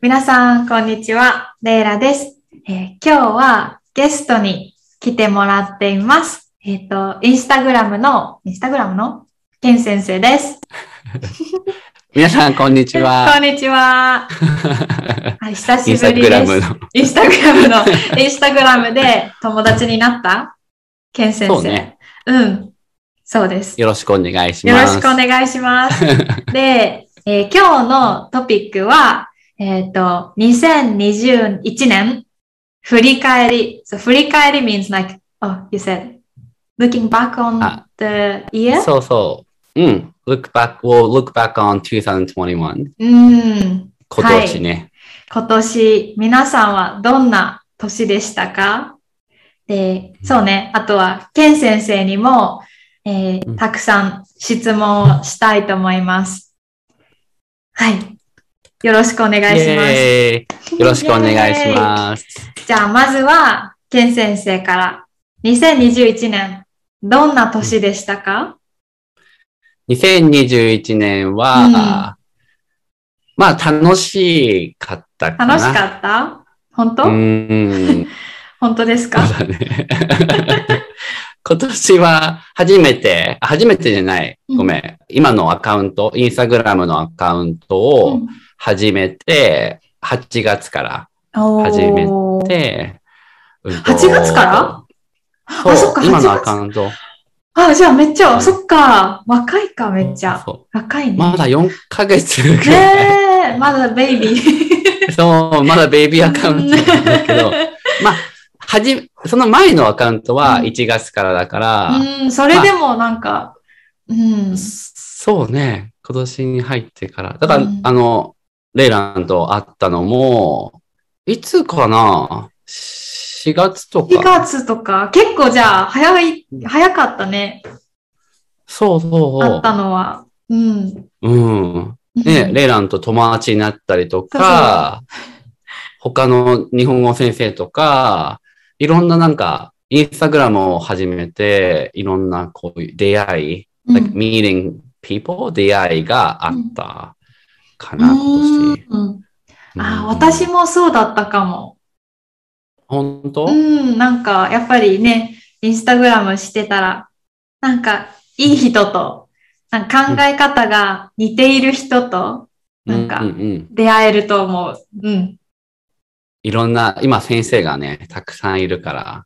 皆さん、こんにちは。レイラです、えー今日はゲストに来てもらっています。えっ、と、インスタグラムの、インスタグラムのケン先生です。皆さん、こんにちこ は。んにちは。あ久インしスタぶりグラでムす。の。インスタグラム の、インスタグラムで友達になったケン先生。そうね。うん。そうです。よろしくお願いしよまろす。しくお願いします。で、えー今日のトピックは、えっ、と、2021年振り返り。So, 振り返り means like, oh, you said, looking back on あ the year? そうそう。うん。look back, we'll look back on 2021. うん。今年ね。今年、皆さんはどんな年でしたかで、そうね。あとは、ケン先生にも、えーうんたくさん質問をしたいと思います。はい。よろしくお願いイします。エーイよろしくお願いします。す。じゃあ、まずは、ケン先生から、2021年、どんな年でしたか2021年は、うんまあ、楽しかったかな。楽しかった本当、うん。本当ですかそうだね。 今年は初めて、あ初めてじゃない。ごめん。今のアカウント、インスタグラムのアカウントうをん始めて、8月から。初めおーで、うんと8月からそうあそっか今の8ア月カウント。あ、じゃあめっちゃ、うんそっか、若いか、めっちゃ。そ若いうね。まだ4ヶ月ぐらい。ね え、まだベイビー。 そう、まだベイビーアカウントなんだ けど、まあ、はじ、その前のアカウントはうん1月からだから、うん、それでもなんか、うん。そうね。今年に入ってから。だから、うんあの、レイランと会ったのも、いつかな ?4 月と4か。月とか、結構じゃあ、早い、早かったね、そうそうあそったのは。うん。う。うん。ね、レイランと友達になったりとか、他の日本語先生とか、いろんななんか、インスタグラムを始めて、いろんなこういう出会い、うん like meeting people、出会いがあったかな、今年。うんあ、うん私もそうだったかも。本当、うん、なんか、やっぱりね、インスタグラムしてたら、なんか、いい人と、なんか考え方が似ている人と、なんかうううん出会えると思う。うん。いろんな、今先生がね、たくさんいるから、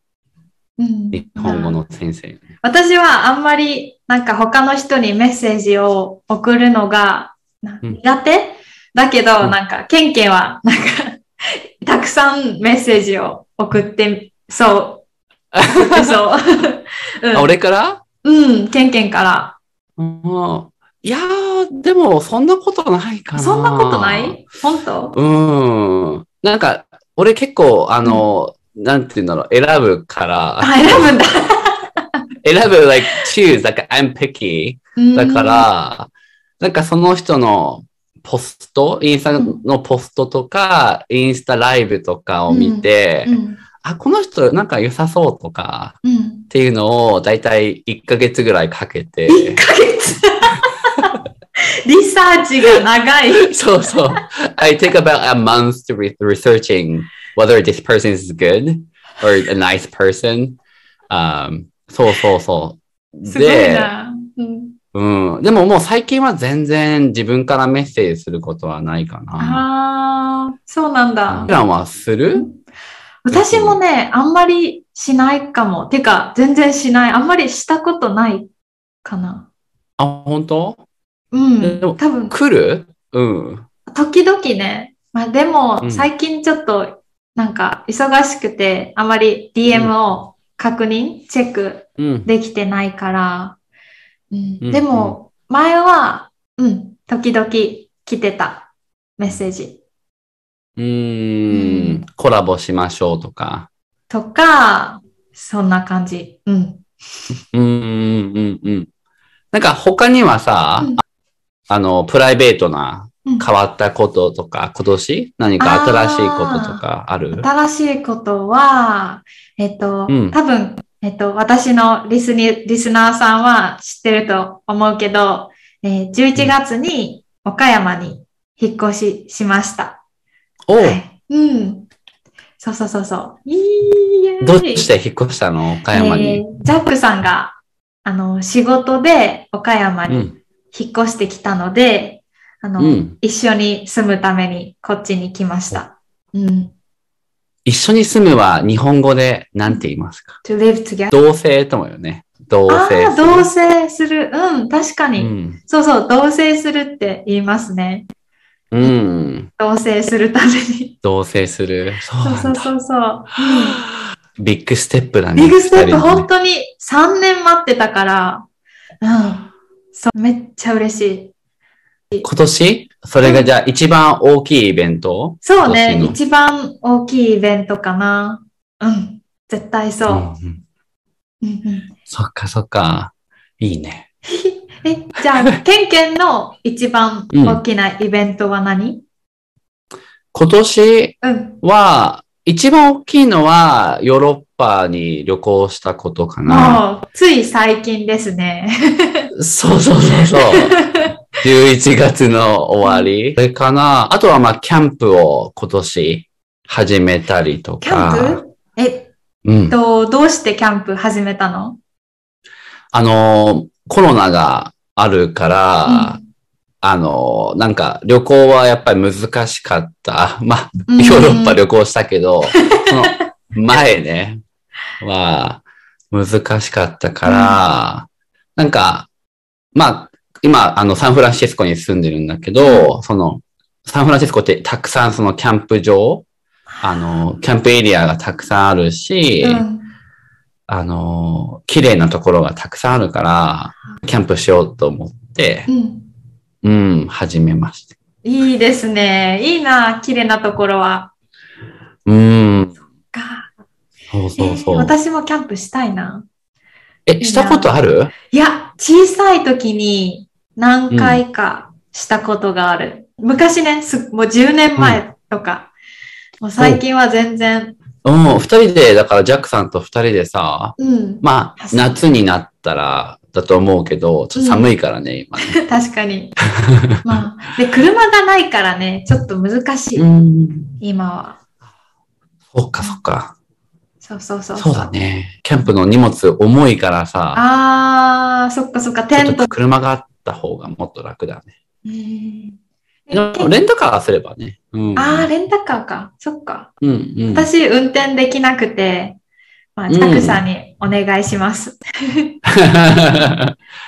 うん、日本語の先生。私はあんまりなんか他の人にメッセージを送るのがなうん苦手、だけどうんなんかケンケンはなんか たくさんメッセージを送ってそう送ってそう、 うん、あ、俺からうんケンケンからうんいやー、でもそんなことないかな。そんなことない本当うん。なんか、俺結構、あの、なんていうんだろう、選ぶから、あ選ぶんだ選ぶ、like, choose, like, I'm picky. だか、ら、なんかその人のポスト、インスタのポストとか、インスタライブとかを見て、うんうんあ、この人なんか良さそうとか、うんっていうのを大体1ヶ月ぐらいかけて、 1ヶ月 リサーチが長い そうそう。I take about a month to re researching whether this person is good or a nice person.、Um, そうそうそう。すごいな、うんで、うん。でももう最近は全然自分からメッセージすることはないかな。ああそうなんだ普段はする私もね、あんまりしないかも。てか、全然しない。あんまりしたことないかな。あ、本当うん。で多も分、来るうん。時々ね。まあでも、うん最近ちょっと、なんか、忙しくて、あまり DM を確認、チェックうん。できてないから。うん、うんでも、前は、うん、時々来てた。メッセージ。うーん。コラボしましょうとか。とか、そんな感じ。うん。うんうんうんうん。なんか他にはさ、うんあの、プライベートなうん変わったこととか、今年何か新しいこととかある新しいことは、えっと、うん多分、えっと、私のリスニリスナーさんは知ってると思うけど、えー11月に岡山に引っ越ししました。おうはいうん。そうそうそうそう。いいどうして引っ越したの岡山えに。ーザックさんが、あの、仕事で岡山うにん。引っ越してきたので、あの、うん。一緒に住むためにこっちに来ました。うん。一緒に住むは日本語で何て言いますか to live together. 同棲ともよね。同ああ棲ー、する。同棲する。うん、確かに、うん。そうそう、同棲するって言いますね。うん。同棲するために。同棲する。 そうそうそうなんだ。そうそう。ビッグステップだね。ビッグステッ二プ、人のね本当に3年待ってたから、うん。そう、めっちゃ嬉しい。今年それがじゃあ一番大きいイベントそうね今、年の一番大きいイベントかな。うん、絶対そう。うんうんうんうんそっかそっか。いいね。え、じゃあ、ケンケンの一番大きなイベントは何今年うん。は、一番大きいのは、ヨーロッパに旅行したことかな。もう、つい最近ですね。そうそうそうそう。11月の終わり。それかな。あとはまあ、キャンプを今年始めたりとか。 キャンプえうんっ。と、どうしてキャンプ始めたのあのー、コロナがあるから、あの、なんか旅行はやっぱり難しかった。 まあ、うんヨーロッパ旅行したけ ど、その前ね、は難しかったから、なんか、まあ、今、あの、サンフランシスコに住んでるんだけど、その、サンフランシスコってたくさんそのキャンプ場、あの、キャンプエリアがたくさんあるし、うんあの、綺麗なところがたくさんあるから、キャンプしようと思ってう、ん。うん、始めました。いいですね。いいな、綺麗なところは。うん。かそうそうえーそう。私もキャンプしたいな。え、したことあるいや、小さい時に何回かしたことがある。昔ね、すもう10年前とか。もう最近は全然、うん、二人で、だからジャックさんと二人でさ、うん。まあ、夏になったら、だと思うけど、ちょっと寒いからね、今ね。 確か に。まあ、で、車がないからね、ちょっと難しい、ん。今は。そっかそっか。そうそうそう。そうだ。ね。キャンプの荷物重いからさ、あー、そっかそっか、ちテょっント。と車があった方がもっと楽だね。うんでもレンタカーすればね。うん。あー、レンタカーか。そっか。うんうん。私、運転できなくて、まあ、うんタクさんにお願いします。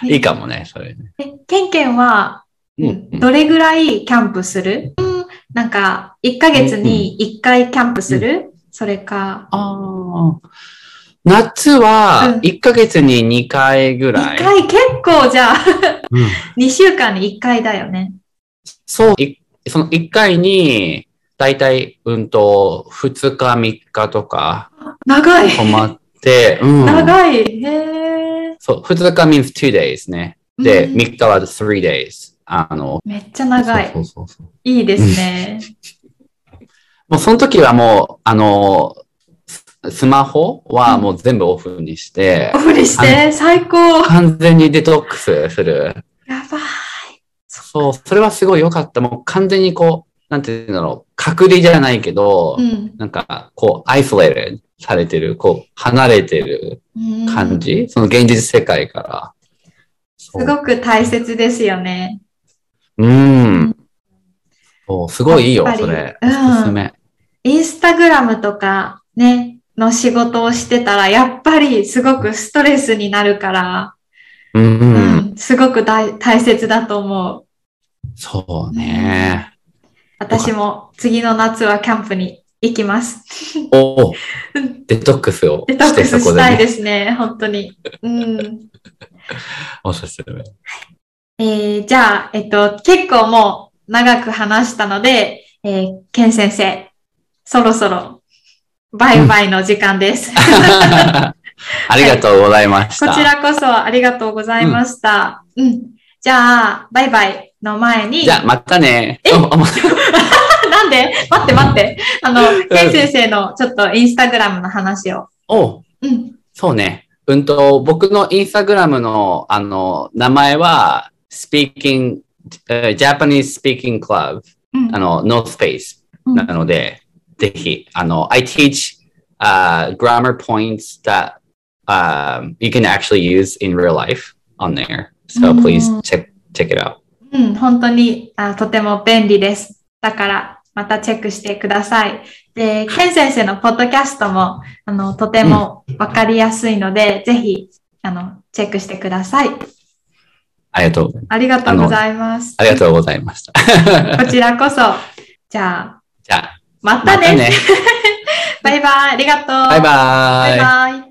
いいかもね、それね。え、ケンケンは、うんうん。どれぐらいキャンプする、うんなんか、1ヶ月に1回キャンプする、それか、ああ。夏はうん1ヶ月に2回ぐら1い。回結構じゃあ、 うん2週間に1回だよね。そう、いその1回に、だいたい、うんと、2日、3日 とか、長い。泊まって、うん。長い。へえ。そう、2日 means 2 days ね。で、うん3日は3 days。あの、めっちゃ長いそ。うそうそうそう。いいですね。もう、その時はもう、あの、ススマホはもう全部オフにして オ、フにして、最高。完全にデトックスする。やばい。そう、それはすごい良かった。もう完全にこう、なんていうんだろう、隔離じゃないけど、うんなんか、こう、アイソレートされてる、こう、離れてるうん。感じ、その現実世界から。すすごく大切ですよね。うん。そうすごいいいよやっ、ぱりそれ。うんおすすめ。インスタグラムとかね、の仕事をしてたら、やっぱりすごくストレスになるから、うん。うん、すごく大大切だと思う。そうね。私も次の夏はキャンプに行きます。おおうんデトックスをデトッしクてそスこしで、たいね。ですね、本当に。うん。おすすめ。 えーじゃあ、えっと、結構もう長く話したので、えーケン先生、そろそろバイバイの時間です。ありがとうございまし た。こちらこそありがとうございました。うん。じゃあ、バイバイの前に、じゃあ、またね。おお なんで待って待って。あの、ケン先生のちょっとインスタグラムの話を。おうん。そうね。うんと、僕のインスタグラムの、あの、名前は、Speaking、えー Japanese Speaking Club、うんあの、No Space うんなので、ぜひ、あの、I teach、uh, grammar points that um, you can actually use in real life on there. So うん please check, check it out. うん、本当にあとても便利です。だから、またチェックしてください。で、ケン先生のポッドキャストも、あの、とてもわかりやすいので、ぜひ、あの、チェックしてください。ありがとう。ありがとうございます。ありがとうございました。こちらこそ。じゃあ、じゃあ、またま ね。たね。バイバイ。ありがとう。 バイババイバイ。